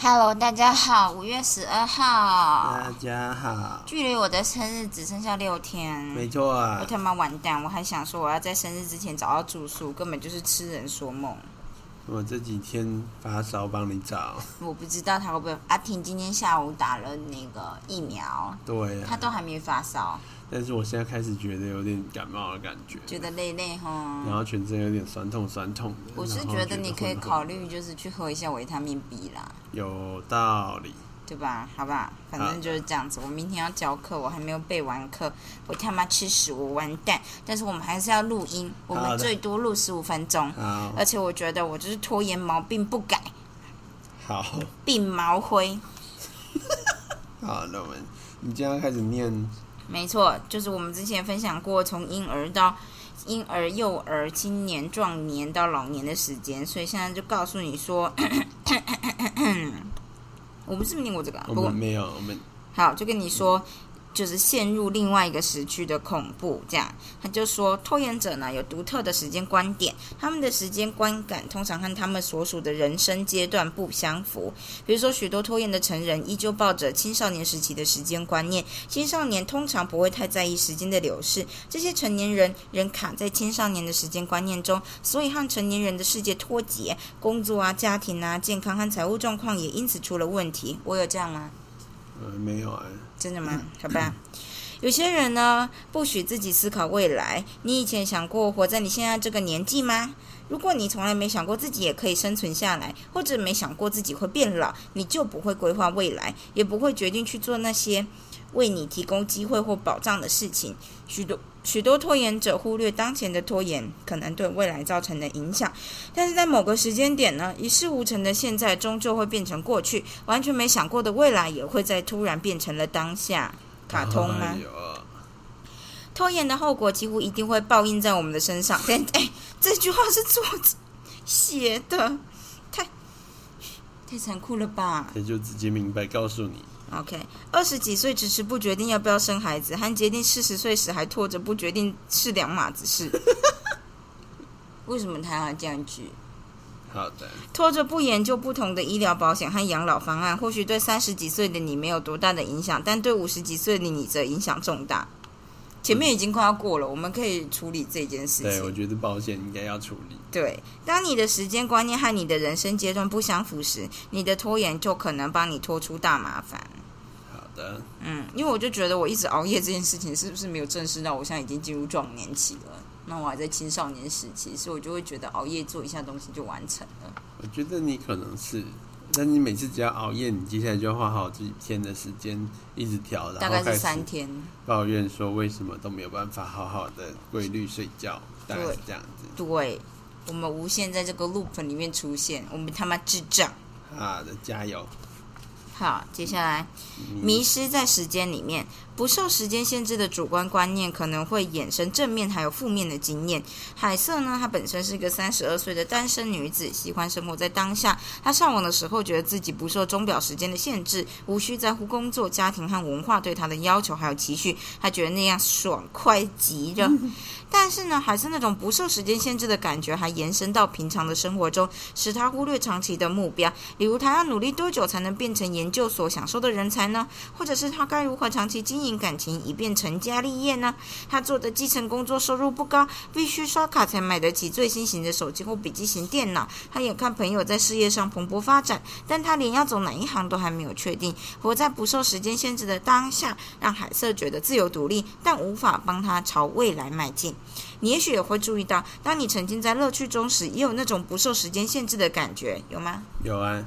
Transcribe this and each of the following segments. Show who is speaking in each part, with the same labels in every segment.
Speaker 1: Hello，大家好，五月十二号，
Speaker 2: 大家好，
Speaker 1: 距离我的生日只剩下六
Speaker 2: 没
Speaker 1: 天，
Speaker 2: 错
Speaker 1: 我
Speaker 2: 啊，
Speaker 1: 他妈完蛋！我还想说我要在生日之前找到住宿，根本就是痴人说梦。
Speaker 2: 我这几天发烧帮你找，
Speaker 1: 我不知道他会不会。阿婷今天下午打了那个疫苗，
Speaker 2: 对
Speaker 1: 她
Speaker 2: 啊，
Speaker 1: 都还没发烧，
Speaker 2: 但是我现在开始觉得有点感冒的感觉，
Speaker 1: 觉得累累哈。
Speaker 2: 然后全身有点酸痛酸痛的，
Speaker 1: 我是
Speaker 2: 然后
Speaker 1: 觉
Speaker 2: 觉
Speaker 1: 得你可以考
Speaker 2: 虑，
Speaker 1: 虑，就是去喝一下维他命 B 啦，
Speaker 2: 有道理，
Speaker 1: 对吧？好吧，反正就是这样子。我明天要教课，我还没有备完课，我他妈吃屎，我完蛋！但是我们还是要录音，我
Speaker 2: 好
Speaker 1: 们
Speaker 2: 的
Speaker 1: 最多录十五分钟，
Speaker 2: 好
Speaker 1: 而且我觉得我就是拖延毛病不改，
Speaker 2: 好
Speaker 1: 病毛灰。
Speaker 2: 好，那我们你今天要开始念，
Speaker 1: 啊没错，就是我们之前分享过，从婴儿到婴儿、幼儿、青年、壮年到老年的时间，所以现在就告诉你说， 我不是念过这个啊，
Speaker 2: 我
Speaker 1: 不过
Speaker 2: 们没有，我们
Speaker 1: 好，就跟你说，就是陷入另外一个时区的恐怖。这样，他就说，拖延者呢有独特的时间观点，他们的时间观感通常和他们所属的人生阶段不相符。比如说，许多拖延的成人依旧抱着青少年时期的时间观念，青少年通常不会太在意时间的流逝。这些成年人仍卡在青少年的时间观念中，所以和成年人的世界脱节，工作啊、家庭啊、健康和财务状况也因此出了问题。我有这样吗？
Speaker 2: 呃没有啊，
Speaker 1: 真的吗？好吧。有些人呢，不许自己思考未来。你以前想过活在你现在这个年纪吗？如果你从来没想过自己也可以生存下来，或者没想过自己会变老，你就不会规划未来，也不会决定去做那些为你提供机会或保障的事情。许多许多拖延者忽略当前的拖延可能对未来造成的影响，但是在某个时间点呢，一事无成的现在终究会变成过去，完全没想过的未来也会在突然变成了当下。卡通吗？
Speaker 2: 哎呦
Speaker 1: 拖延的后果几乎一定会报应在我们的身上。 但哎，这句话是作者写的，太太残酷了吧
Speaker 2: 这就直接明白告诉你，
Speaker 1: ？OK，二十几岁迟迟不决定要不要生孩子，和决定四十岁时还拖着不决定是两码子事。为什么他要这样一句？
Speaker 2: 好的，
Speaker 1: 拖着不研究不同的医疗保险和养老方案，或许对三十几岁的你没有多大的影响，但对五十几岁的你则影响重大。前面已经快要过了，我们可以处理这件事情。
Speaker 2: 对我觉得保险应该要处理，
Speaker 1: 对，当你的时间观念和你的人生阶段不相符时，你的拖延就可能帮你拖出大麻烦。
Speaker 2: 好的，
Speaker 1: 嗯，因为我就觉得我一直熬夜这件事情，是不是没有正视到我现在已经进入壮年期了？那我还在青少年时期，所以我就会觉得熬夜做一下东西就完成了。
Speaker 2: 我觉得你可能是，但你每次只要熬夜，你接下来就要花好几天的时间一直调，然
Speaker 1: 大
Speaker 2: 后
Speaker 1: 概
Speaker 2: 开
Speaker 1: 是
Speaker 2: 始
Speaker 1: 三天，
Speaker 2: 抱怨说为什么都没有办法好好的规律睡觉，大概是这样子。
Speaker 1: 对，我们无限在这个 loop 里面出现，我们他妈智障。
Speaker 2: 好啊的，加油！
Speaker 1: 好，接下来迷
Speaker 2: 你
Speaker 1: 失在时间里面，不受时间限制的主观观念可能会衍生正面还有负面的经验。海瑟呢，她本身是一个三十二岁的单身女子，喜欢生活在当下。她上网的时候觉得自己不受钟表时间的限制，无需在乎工作、家庭和文化对她的要求还有期许，她觉得那样爽快极了。但是呢，海瑟那种不受时间限制的感觉还延伸到平常的生活中，使她忽略长期的目标，比如她要努力多久才能变成研究所享受的人才呢？或者是他该如何长期经营感情以便成家立业呢？他做的基层工作收入不高，必须刷卡才买得起最新型的手机或笔记型电脑。他眼看朋友在事业上蓬勃发展，但他连要走哪一行都还没有确定。活在不受时间限制的当下，让海瑟觉得自由独立，但无法帮他朝未来迈进。你也许也会注意到，当你沉浸在乐趣中时，也有那种不受时间限制的感觉，有吗？
Speaker 2: 有啊，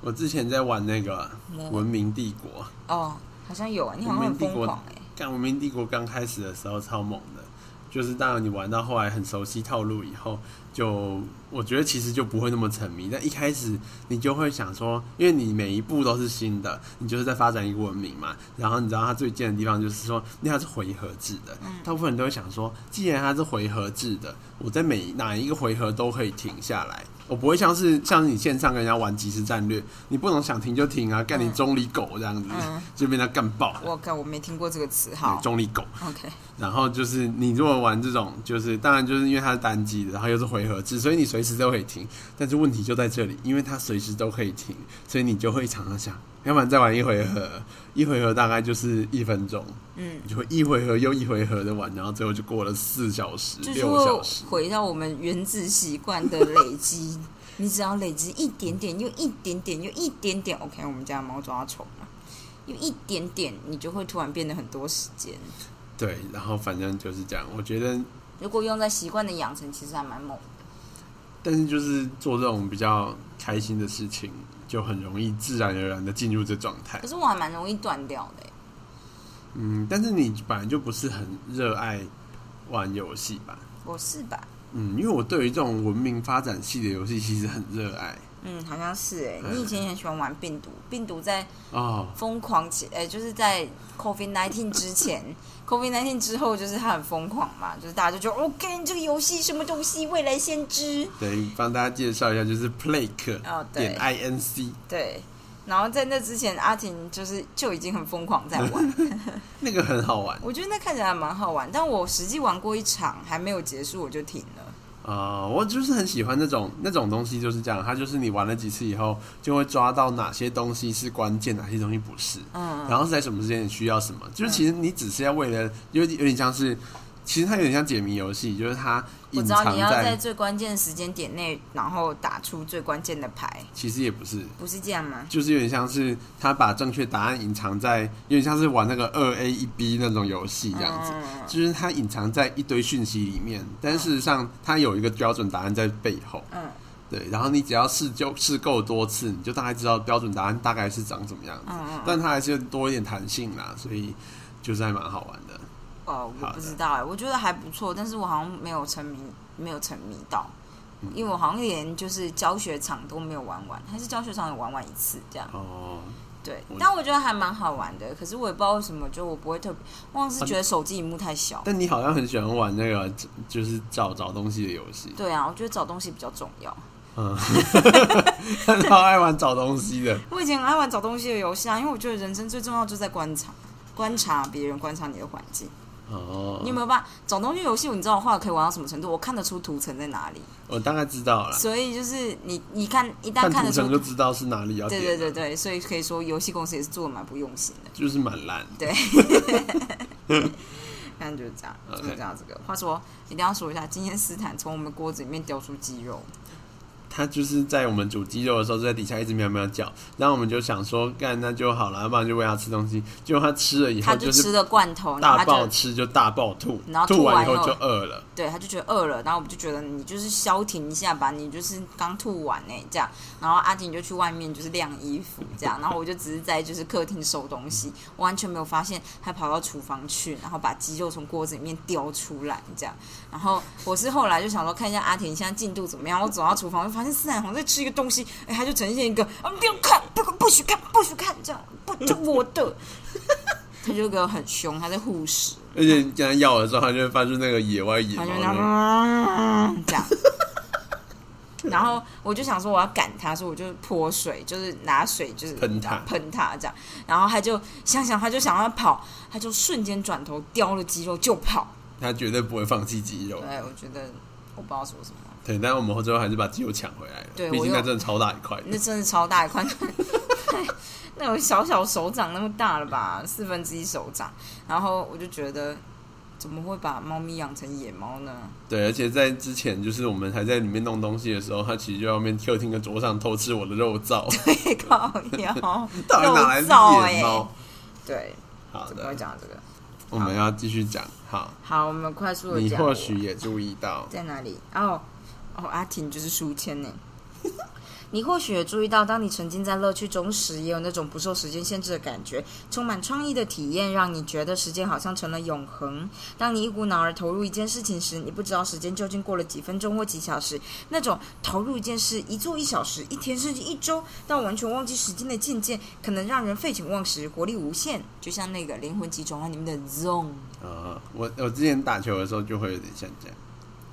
Speaker 2: 我之前在玩那个《文明帝国》，
Speaker 1: 哦，好像有啊，你好像很疯狂哎、
Speaker 2: 干《文明帝国》刚开始的时候超猛的，就是当然你玩到后来很熟悉套路以后，就我觉得其实就不会那么沉迷。但一开始你就会想说，因为你每一步都是新的，你就是在发展一个文明嘛。然后你知道它最贱的地方就是说，因为它是回合制的，大部分人都会想说，既然它是回合制的，我在每哪一个回合都可以停下来，我不会像是像是你线上跟人家玩即时战略，你不能想停就停啊，干你中里狗这样子，
Speaker 1: 嗯
Speaker 2: 就被他干爆了。
Speaker 1: 我靠，我没听过这个词，
Speaker 2: 对
Speaker 1: 好
Speaker 2: 中里狗，
Speaker 1: ，OK，
Speaker 2: 然后就是你如果玩这种，就是当然就是因为它是单机的，然后又是回合制，所以你随时都可以停。但是问题就在这里，因为它随时都可以停，所以你就会常常想，要不然再玩一回合，一回合大概就是一分钟，
Speaker 1: 嗯，
Speaker 2: 你就会一回合又一回合的玩，然后最后就过了四小时、
Speaker 1: 就是
Speaker 2: 六小
Speaker 1: 会
Speaker 2: 时。
Speaker 1: 回到我们原子习惯的累积。你只要累积一点点，又一点点，又一点点，OK，我们家的猫抓虫了，又一点点，你就会突然变得很多时间。
Speaker 2: 对，然后反正就是这样。我觉得，
Speaker 1: 如果用在习惯的养成，其实还蛮猛的。
Speaker 2: 但是就是做这种比较开心的事情，就很容易自然而然的进入这状态
Speaker 1: 可。是我还蛮容易断掉的欸、
Speaker 2: 嗯，但是你本来就不是很热爱玩游戏吧？
Speaker 1: 我是吧？
Speaker 2: 嗯，因为我对于这种文明发展系的游戏其实很热爱
Speaker 1: 嗯，好像是哎、
Speaker 2: 嗯
Speaker 1: 你以前也很喜欢玩病毒，病毒在
Speaker 2: 哦。
Speaker 1: 疯狂起，呃、就是在 COVID nineteen 之前 ，COVID nineteen 之后，就是它很疯狂嘛，就是大家就觉得 OK，你这个游戏什么东西，未来先知。
Speaker 2: 对，帮大家介绍一下，就是 Plague
Speaker 1: 哦，对
Speaker 2: 点 I N C
Speaker 1: 对。然后在那之前，阿婷就是就已经很疯狂在 玩，
Speaker 2: 那个很好玩
Speaker 1: 我觉得那看起来还蛮好玩，但我实际玩过一场还没有结束我就停 了。
Speaker 2: 啊、我就是很喜欢那种那种东西，就是这样，它就是你玩了几次以后，就会抓到哪些东西是关键，哪些东西不是。
Speaker 1: 嗯，
Speaker 2: 然后是在什么时间点需要什么，就是其实你只是要为了，有点有点像是，其实它有点像解谜游戏，就是它
Speaker 1: 我
Speaker 2: 隐
Speaker 1: 知道
Speaker 2: 藏
Speaker 1: 你要在最关键的时间点内，然后打出最关键的牌，
Speaker 2: 其实也不是，
Speaker 1: 不是这样吗？
Speaker 2: 就是有点像是他把正确答案隐藏在，有点像是玩那个二 A 一 B 那种游戏这样子，
Speaker 1: 嗯
Speaker 2: 就是它隐藏在一堆讯息里面，但事实上它有一个标准答案在背后。
Speaker 1: 嗯，
Speaker 2: 对，然后你只要试就试够多次，你就大概知道标准答案大概是长什么样子，
Speaker 1: 嗯嗯
Speaker 2: 但它还是有多一点弹性啦，所以就是还蛮好玩的。
Speaker 1: 哦，我
Speaker 2: 好
Speaker 1: 不
Speaker 2: 的
Speaker 1: 知道哎、我觉得还不错，但是我好像没有沉迷，没有沉迷到，
Speaker 2: 嗯
Speaker 1: 因为我好像连就是教学场都没有玩完，还是教学场有玩完一次这样。
Speaker 2: 哦，
Speaker 1: 对
Speaker 2: 我，
Speaker 1: 但我觉得还蛮好玩的，可是我也不知道为什么，就我不会特别，忘是觉得手机屏幕太小。
Speaker 2: 但你好像很喜欢玩那个就是找找东西的游戏，
Speaker 1: 对啊，我觉得找东西比较重要。
Speaker 2: 嗯， 超爱玩找东西的。
Speaker 1: 我以前很爱玩找东西的游戏啊，因为我觉得人生最重要就是在观察，观察别人，观察你的环境。
Speaker 2: 哦，
Speaker 1: 你有没有办法找东西游戏？你知道我画可以玩到什么程度？我看得出图层在哪里，
Speaker 2: 我大概知道了，
Speaker 1: 所以就是你你看一旦
Speaker 2: 啊看
Speaker 1: 看
Speaker 2: 图
Speaker 1: 得出
Speaker 2: 层就知道是哪里要
Speaker 1: 对
Speaker 2: 点。
Speaker 1: 对对，对，所以可以说游戏公司也是做的蛮不用心的，
Speaker 2: 就是蛮烂。
Speaker 1: 反正就是这样，
Speaker 2: OK
Speaker 1: 就是这样这个。话说，一定要说一下，今天斯坦从我们锅子里面叼出鸡肉，
Speaker 2: 哦他就是在我们煮鸡肉的时候，就在底下一直喵喵叫，然后我们就想说，干那就好了，要不然就喂它吃东西。结果它吃了以
Speaker 1: 他
Speaker 2: 后，
Speaker 1: 就是吃了罐头，然后
Speaker 2: 大
Speaker 1: 他
Speaker 2: 爆
Speaker 1: 就
Speaker 2: 吃就大爆吐，
Speaker 1: 然后
Speaker 2: 吐
Speaker 1: 吐完
Speaker 2: 以后
Speaker 1: 以后
Speaker 2: 就饿了。
Speaker 1: 对他就觉得饿了，然后我们就觉得你就是消停一下吧，你就是刚吐完呢、哎这样，然后阿婷就去外面就是晾衣服这样，然后我就只是在就是客厅收东西，我完全没有发现他跑到厨房去，然后把鸡肉从锅子里面叼出来这样，然后我是后来就想说看一下阿婷现在进度怎么样，我走到厨房就发现斯坦红在吃一个东西，哎，他就呈现一个啊不要看，不不许看，不许看这样，不就我的，他就给我很凶，他在护食。
Speaker 2: 而且你跟它咬的时候，它就会发出那个野外野
Speaker 1: 他
Speaker 2: 猫
Speaker 1: 就
Speaker 2: 的
Speaker 1: 那
Speaker 2: 那
Speaker 1: 样
Speaker 2: 种。
Speaker 1: 嗯 这样。然后我就想说我要赶他，所以我就泼水，就是拿水就是
Speaker 2: 喷它
Speaker 1: 喷他这样。然后他就想想，他就想要跑，他就瞬间转头叼了鸡肉就跑。
Speaker 2: 它绝对不会放弃鸡肉
Speaker 1: 对。，我觉得我不知道说什么，
Speaker 2: 对，但我们最后还是把鸡肉抢回来了。
Speaker 1: 对
Speaker 2: 毕
Speaker 1: 我
Speaker 2: 竟
Speaker 1: 又
Speaker 2: 它真的超大一块。
Speaker 1: 那真是超大一块，那有小小手掌那么大了吧，四分之一手掌。然后我就觉得，怎么会把猫咪养成野猫呢？
Speaker 2: 对，而且在之前就是我们还在里面弄东西的时候，它其实就在外面客厅的桌上偷吃我的肉燥，
Speaker 1: 对，靠腰，
Speaker 2: 到底哪来
Speaker 1: 肉燥
Speaker 2: 的
Speaker 1: 欸
Speaker 2: 野猫？
Speaker 1: 对，
Speaker 2: 好
Speaker 1: 怎么会
Speaker 2: 的，
Speaker 1: 讲到这个？
Speaker 2: 我们要继续讲。好，
Speaker 1: 好，我们快速的
Speaker 2: 你
Speaker 1: 讲。
Speaker 2: 或许也注意到，
Speaker 1: 在哪里？哦哦，阿婷就是书签呢。 你或许也注意到，当你沉浸在乐趣中时，也有那种不受时间限制的感觉，充满创意的体验，让你觉得时间好像成了永恒。当你一股脑儿投入一件事情时，你不知道时间究竟过了几分钟或几小时。那种投入一件事，一做一小时、一天甚至一周，到完全忘记时间的境界，可能让人废寝忘食，活力无限。就像那个《灵魂急转弯》里面的 Zone。
Speaker 2: 呃，我我之前打球的时候就会有点像这样，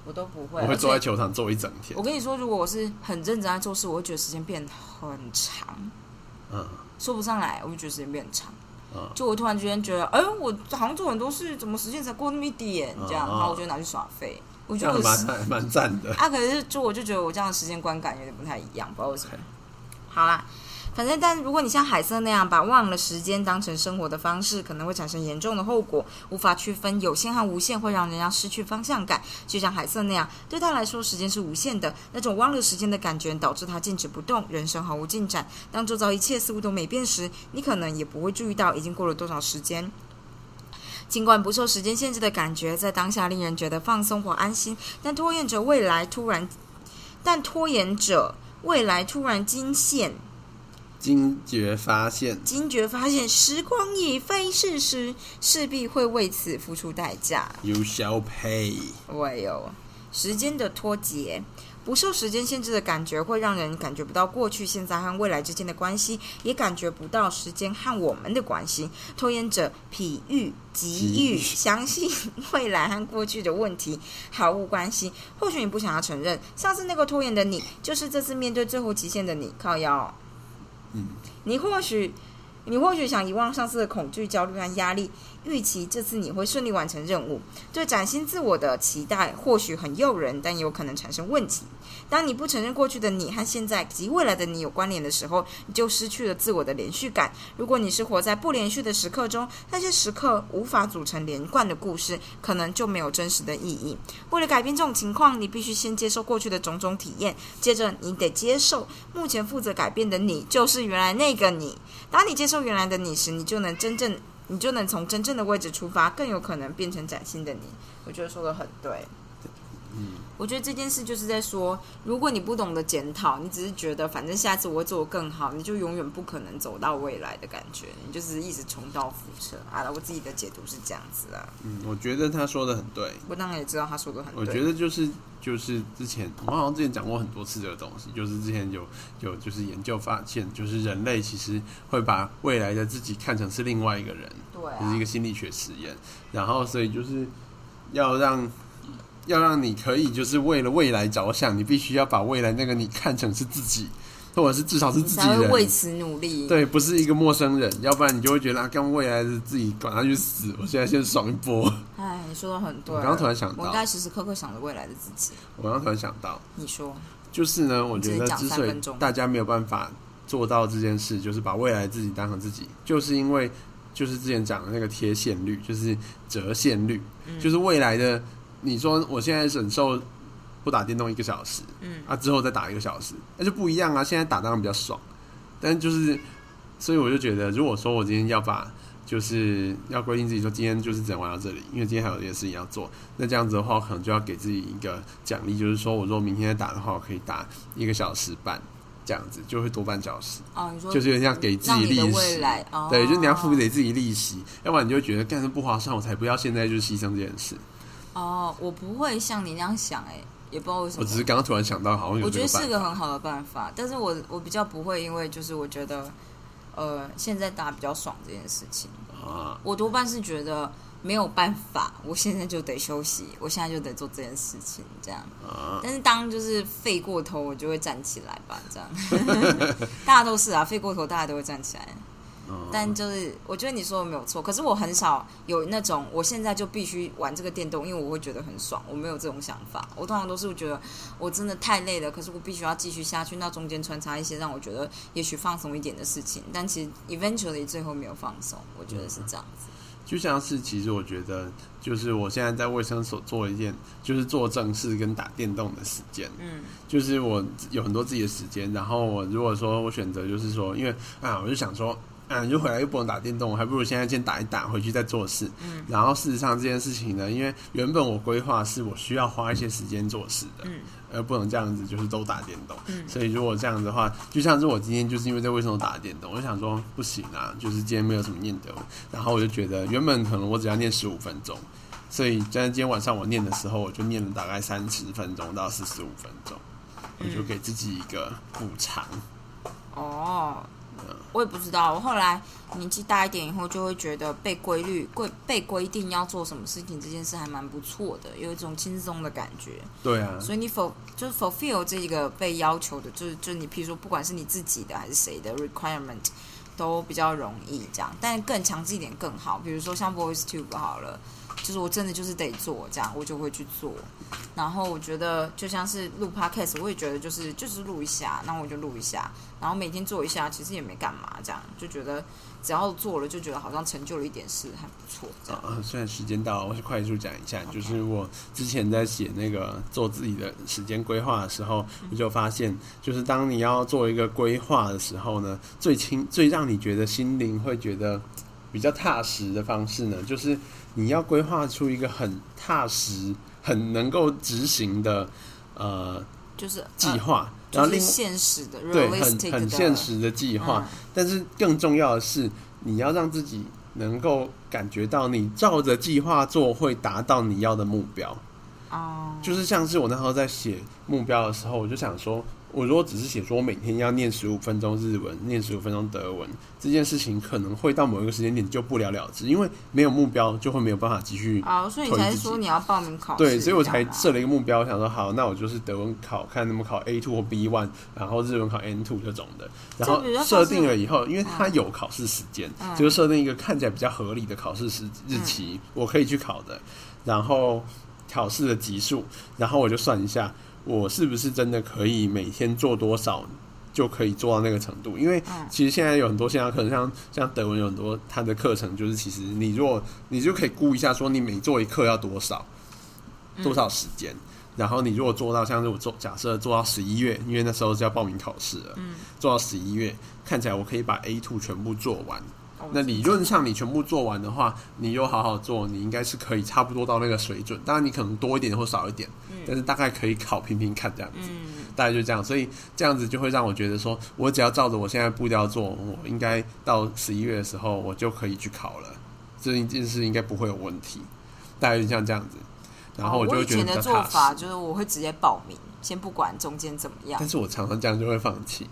Speaker 1: 我都不会。
Speaker 2: 我会
Speaker 1: 而且
Speaker 2: 坐在球场坐一整天
Speaker 1: 我。跟你说，如果我是很认真在做事，我会觉得时间变很长，
Speaker 2: 嗯
Speaker 1: 说不上来，我就觉得时间变很长。
Speaker 2: 嗯
Speaker 1: 就我突然之间觉得，哎、我好像做很多事，怎么时间才过那么一点？这样，
Speaker 2: 哦
Speaker 1: 然后我就拿去耍废。我
Speaker 2: 这
Speaker 1: 觉得
Speaker 2: 样
Speaker 1: 我
Speaker 2: 蛮
Speaker 1: 时
Speaker 2: 赞蛮赞的。
Speaker 1: 啊，可是就我就觉得我这样的时间观感有点不太一样，不知道为什么。好啦，反正但如果你像海瑟那样把忘了时间当成生活的方式，可能会产生严重的后果，无法区分有限和无限，会让人家失去方向感。就像海瑟那样，对他来说时间是无限的，那种忘了时间的感觉导致他静止不动，人生毫无进展。当周遭一切似乎都没变时，你可能也不会注意到已经过了多少时间。尽管不受时间限制的感觉在当下令人觉得放松或安心，但拖延者未来突然，但拖延者未来突然惊现，
Speaker 2: 惊觉发现，
Speaker 1: 惊觉发现时光已非逝时，势必会为此付出代价。
Speaker 2: You shall pay。
Speaker 1: 我也有时间的脱节。不受时间限制的感觉会让人感觉不到过去、现在和未来之间的关系，也感觉不到时间和我们的关系。拖延者疲欲、急
Speaker 2: 急
Speaker 1: 欲，
Speaker 2: 欲
Speaker 1: 相信未来和过去的问题毫无关系。或许你不想要承认，上次那个拖延的你，就是这次面对最后极限的你。靠腰哦，
Speaker 2: 嗯，
Speaker 1: 你或许，你或许想遗忘上次的恐惧、焦虑和压力，预期这次你会顺利完成任务。对崭新自我的期待或许很诱人，但也有可能产生问题。当你不承认过去的你和现在及未来的你有关联的时候，你就失去了自我的连续感。如果你是活在不连续的时刻中，那些时刻无法组成连贯的故事，可能就没有真实的意义。为了改变这种情况，你必须先接受过去的种种体验，接着你得接受目前负责改变的你就是原来那个你。当你接受原来的你时，你就能真正你就能从真正的位置出发，更有可能变成崭新的你。我觉得说的很对。
Speaker 2: 嗯
Speaker 1: 我觉得这件事就是在说，如果你不懂得检讨，你只是觉得反正下次我会做得更好，你就永远不可能走到未来的感觉，你就是一直重蹈覆辙。啊，我自己的解读是这样子啊，
Speaker 2: 嗯，我觉得他说的很对。
Speaker 1: 我当然也知道他说的很对。
Speaker 2: 我觉得就是就是之前我好像之前讲过很多次这个东西，就是之前有有就是研究发现，就是人类其实会把未来的自己看成是另外一个人，
Speaker 1: 对
Speaker 2: 这是一
Speaker 1: 啊，
Speaker 2: 个心理学实验。然后所以就是要让要让你可以就是为了未来着想，你必须要把未来那个你看成是自己，或者是至少是
Speaker 1: 你
Speaker 2: 自己
Speaker 1: 才会为
Speaker 2: 人。
Speaker 1: 此努力。
Speaker 2: 对，不是一个陌生人，要不然你就会觉得啊，跟未来的自己管他去死，我现在先爽一波。
Speaker 1: 哎，你说的很对。
Speaker 2: 我刚刚突然想
Speaker 1: 我
Speaker 2: 到
Speaker 1: 应，该时时刻刻想着未来的自己。
Speaker 2: 我刚刚突然想到，
Speaker 1: 你说，
Speaker 2: 就是呢，我觉得
Speaker 1: 只讲
Speaker 2: 之
Speaker 1: 三
Speaker 2: 所以
Speaker 1: 分钟
Speaker 2: 大家没有办法做到这件事，就是把未来自己当成自己，就是因为就是之前讲的那个贴现率，就是折现率，
Speaker 1: 嗯
Speaker 2: 就是未来的你说我现在忍受不打电动一个小时，
Speaker 1: 嗯，
Speaker 2: 啊之后再打一个小时，那就不一样啊。现在打当然比较爽，但就是所以我就觉得，如果说我今天要把就是要规定自己说今天就是只能玩到这里，因为今天还有一些事情要做。那这样子的话，我可能就要给自己一个奖励，就是说我如果明天再打的话，我可以打一个小时半，这样子就会多半小时，
Speaker 1: 哦，你说
Speaker 2: 就是有点像给自己
Speaker 1: 让你的
Speaker 2: 利
Speaker 1: 未
Speaker 2: 息。
Speaker 1: 来，哦、
Speaker 2: 对，就是你要付给自己利息，要不然你就会觉得干这不划算，我才不要现在就牺牲这件事。
Speaker 1: 哦，我不会像你那样想、哎，也不知道为什么。
Speaker 2: 我只是刚刚突然想到，好像有
Speaker 1: 我
Speaker 2: 这
Speaker 1: 觉
Speaker 2: 个
Speaker 1: 得
Speaker 2: 办
Speaker 1: 是个很好的办法，但是我我比较不会，因为就是我觉得，呃，现在打比较爽这件事情，
Speaker 2: 法啊。
Speaker 1: 我多半是觉得没有办法，我现在就得休息，我现在就得做这件事情，这样。
Speaker 2: 啊
Speaker 1: 但是当就是废过头，我就会站起来吧， 这样。大家都是啊，废过头大家都会站起来。
Speaker 2: 嗯
Speaker 1: 但就是我觉得你说的没有错，可是我很少有那种我现在就必须玩这个电动，因为我会觉得很爽，我没有这种想法。我通常都是觉得我真的太累了，可是我必须要继续下去，那中间穿插一些让我觉得也许放松一点的事情，但其实 eventually 最后没有放松，我觉得是这样子。
Speaker 2: 就像是其实我觉得，就是我现在在卫生所做一件，就是做正事跟打电动的时间，
Speaker 1: 嗯
Speaker 2: 就是我有很多自己的时间。然后我如果说我选择就是说，因为啊，我就想说。啊，你就回来又不能打电动，我还不如现在先打一打，回去再做事。
Speaker 1: 嗯
Speaker 2: 然后事实上这件事情呢，因为原本我规划是我需要花一些时间做事的，
Speaker 1: 嗯
Speaker 2: 而不能这样子就是都打电动。
Speaker 1: 嗯
Speaker 2: 所以如果这样子的话，就像是我今天就是因为在卫生所打电动，我就想说不行啊，就是今天没有什么念的，然后我就觉得原本可能我只要念十五分钟，所以在今天晚上我念的时候，我就念了大概三十分钟到四十五分钟，我就给自己一个补偿。
Speaker 1: 哦，我也不知道，我后来年纪大一点以后，就会觉得被规律、规被规定要做什么事情这件事还蛮不错的，有一种轻松的感觉。
Speaker 2: 对啊，
Speaker 1: 所以你否就是 fulfill 这一个被要求的，就是就你譬如说，不管是你自己的还是谁的 requirement，都比较容易这样。但更强制一点更好，比如说像 Voice Tube 好了，就是我真的就是得做这样，我就会去做。然后我觉得就像是录 podcast，我也觉得就是就是录一下，然后我就录一下，然后每天做一下，其实也没干嘛这样，就觉得只要做了就觉得好像成就了一点事，还不错这样。
Speaker 2: 啊，虽然时间到了，我是快速讲一下
Speaker 1: OK
Speaker 2: 就是我之前在写那个做自己的时间规划的时候，我就发现，就是当你要做一个规划的时候呢，最轻、最让你觉得心灵会觉得比较踏实的方式呢，就是你要规划出一个很踏实、很能够执行的呃
Speaker 1: 就是
Speaker 2: 计
Speaker 1: 呃
Speaker 2: 划，然
Speaker 1: 就
Speaker 2: 后
Speaker 1: 是
Speaker 2: 另
Speaker 1: 现实的
Speaker 2: 对很
Speaker 1: ，realistic 的，
Speaker 2: 很现实的计划，
Speaker 1: 嗯
Speaker 2: 但是更重要的是，你要让自己能够感觉到你照着计划做会达到你要的目标。
Speaker 1: 哦，
Speaker 2: 就是像是我那时候在写目标的时候，我就想说，我如果只是写说我每天要念十五分钟日文，念十五分钟德文，这件事情可能会到某一个时间点就不了了之，因为没有目标就会没有办法继续。
Speaker 1: 哦，所以你
Speaker 2: 推
Speaker 1: 才
Speaker 2: 自己
Speaker 1: 说你要报名考试，
Speaker 2: 对，所以我才
Speaker 1: 这样啊
Speaker 2: 设了一个目标，我想说好，那我就是德文考，看能不能考 A two 或 B one，然后日文考 N two 这种的。然后
Speaker 1: 这比较像
Speaker 2: 设
Speaker 1: 是
Speaker 2: 定了以后，因为它
Speaker 1: 嗯
Speaker 2: 有考试时间，
Speaker 1: 嗯
Speaker 2: 就是设定一个看起来比较合理的考试时日期，我可以去考的。然后考试的级数，然后我就算一下，我是不是真的可以每天做多少。就可以做到那个程度，因为
Speaker 1: 嗯
Speaker 2: 其实现在有很多线上课程，像像德文有很多它的课程，就是其实你如果你就可以估一下，说你每做一课要多少，
Speaker 1: 嗯
Speaker 2: 多少时间。然后你如果做到，像是我做假设做到十一月，因为那时候是要报名考试了，
Speaker 1: 嗯，
Speaker 2: 做到十一月，看起来我可以把 A two 全部做完。
Speaker 1: 哦
Speaker 2: 那理论上你全部做完的话，你又好好做，你应该是可以差不多到那个水准。当然你可能多一点或少一点，但是大概可以考平平看这样子，
Speaker 1: 嗯，
Speaker 2: 大概就这样。所以这样子就会让我觉得说，我只要照着我现在步调做，我应该到十一月的时候我就可以去考了，这一件事应该不会有问题。大概就像这样子，然后
Speaker 1: 哦
Speaker 2: 就
Speaker 1: 我
Speaker 2: 会
Speaker 1: 以
Speaker 2: 觉得
Speaker 1: 前
Speaker 2: 比
Speaker 1: 的
Speaker 2: 较
Speaker 1: 做
Speaker 2: 踏实。
Speaker 1: 法就是我会直接报名，先不管中间怎么样
Speaker 2: 但。是我常常这样就会放弃，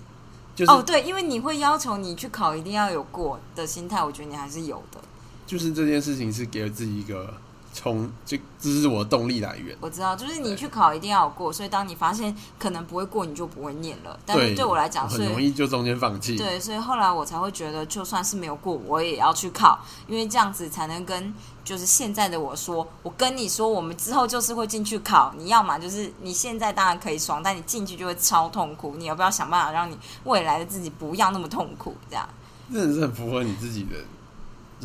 Speaker 2: 就是、
Speaker 1: 哦，对，因为你会要求你去考一定要有过的心态，我觉得你还是有的。
Speaker 2: 就是这件事情是给自己一个冲，这这是我的动力来源。
Speaker 1: 我知道，就是你去考一定要有过，所以当你发现可能不会过，你就不会念了。但是对我来讲，
Speaker 2: 很
Speaker 1: 所
Speaker 2: 容
Speaker 1: 以
Speaker 2: 易就中间放弃。
Speaker 1: 对，所以后来我才会觉得，就算是没有过，我也要去考，因为这样子才能跟就是现在的我说，我跟你说，我们之后就是会进去考。你要嘛就是你现在当然可以爽，但你进去就会超痛苦。你要不要想办法让你未来的自己不要那么痛苦？这样
Speaker 2: 真的是很符合你自己的，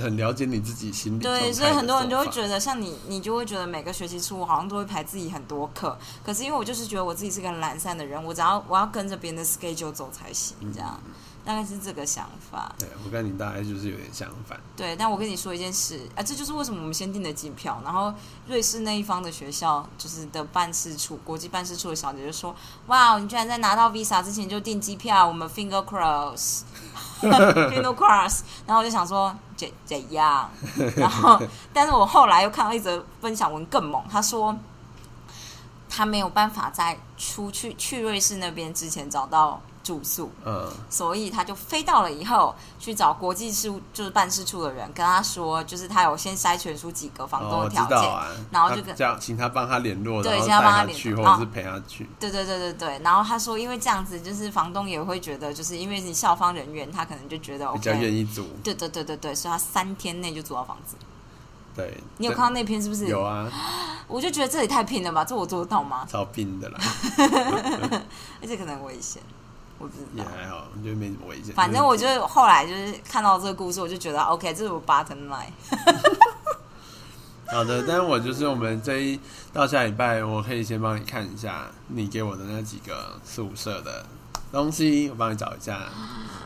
Speaker 2: 很了解你自己心理状态的
Speaker 1: 对，
Speaker 2: 做
Speaker 1: 所
Speaker 2: 法。
Speaker 1: 以很多人就会觉得，像你，你就会觉得每个学期初我好像都会排自己很多课，可是因为我就是觉得我自己是个很懒散的人，我只要我要跟着别人的 schedule 走才行，这样
Speaker 2: 嗯
Speaker 1: 大概是这个想法。
Speaker 2: 对我跟你大概就是有点相反。
Speaker 1: 对，但我跟你说一件事啊，这就是为什么我们先订的机票，然后瑞士那一方的学校就是的办事处，国际办事处的小姐就说：“哇，你居然在拿到 visa 之前就订机票，我们 finger cross，finger cross。”然后 我就想说怎怎样，然后但是我后来又看到一则分享文更猛，他说他没有办法在出去去瑞士那边之前找到住宿，
Speaker 2: 嗯，
Speaker 1: 所以他就飞到了以后，去找国际事务就是办事处的人，跟他说，就是他有先筛选出几个房
Speaker 2: 哦
Speaker 1: 东
Speaker 2: 我
Speaker 1: 的
Speaker 2: 知
Speaker 1: 条件，
Speaker 2: 道啊。
Speaker 1: 然后就跟
Speaker 2: 他叫请他帮他联络，
Speaker 1: 对
Speaker 2: 然后
Speaker 1: 请他
Speaker 2: 带
Speaker 1: 帮他
Speaker 2: 他
Speaker 1: 联
Speaker 2: 去，或
Speaker 1: 络哦
Speaker 2: 者是陪他去。
Speaker 1: 对对对对对。然后他说，因为这样子，就是房东也会觉得，就是因为你校方人员，他可能就觉得
Speaker 2: 比较愿
Speaker 1: OK。
Speaker 2: 意租，
Speaker 1: 对对对对对，所以他三天内就租到房子。
Speaker 2: 对，
Speaker 1: 你有
Speaker 2: 对
Speaker 1: 看到那篇是不是？
Speaker 2: 有啊，
Speaker 1: 我就觉得这也太拼了吧，这我做得到吗？
Speaker 2: 超拼的啦，
Speaker 1: 而且可能很危险，我不知
Speaker 2: 也
Speaker 1: 道。
Speaker 2: 还好，我觉得没什么危险。
Speaker 1: 反正我
Speaker 2: 就
Speaker 1: 就是后来就是看到这个故事，我就觉得 OK，这是我 bottom line。
Speaker 2: 好的，但是我就是我们这一到下礼拜，我可以先帮你看一下你给我的那几个宿舍的东西，我帮你找一下。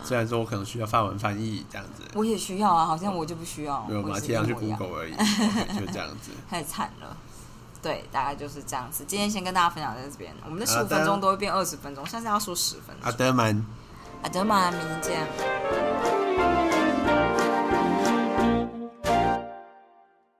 Speaker 2: 虽然说我可能需要法文翻译这样子，
Speaker 1: 我也需要啊，好像我就不需要。
Speaker 2: 没有把
Speaker 1: 我也
Speaker 2: 它
Speaker 1: 是
Speaker 2: 贴上去
Speaker 1: 一模一样
Speaker 2: Google 而已，OK，就这样子。
Speaker 1: 太惨了。对，大概就是这样子。今天先跟大家分享在这边，我们的
Speaker 2: 好
Speaker 1: 十
Speaker 2: 的
Speaker 1: 五分钟都会变二十分钟，下次要说十分
Speaker 2: 阿
Speaker 1: 钟。
Speaker 2: 德曼。
Speaker 1: 好的嘛，明天见。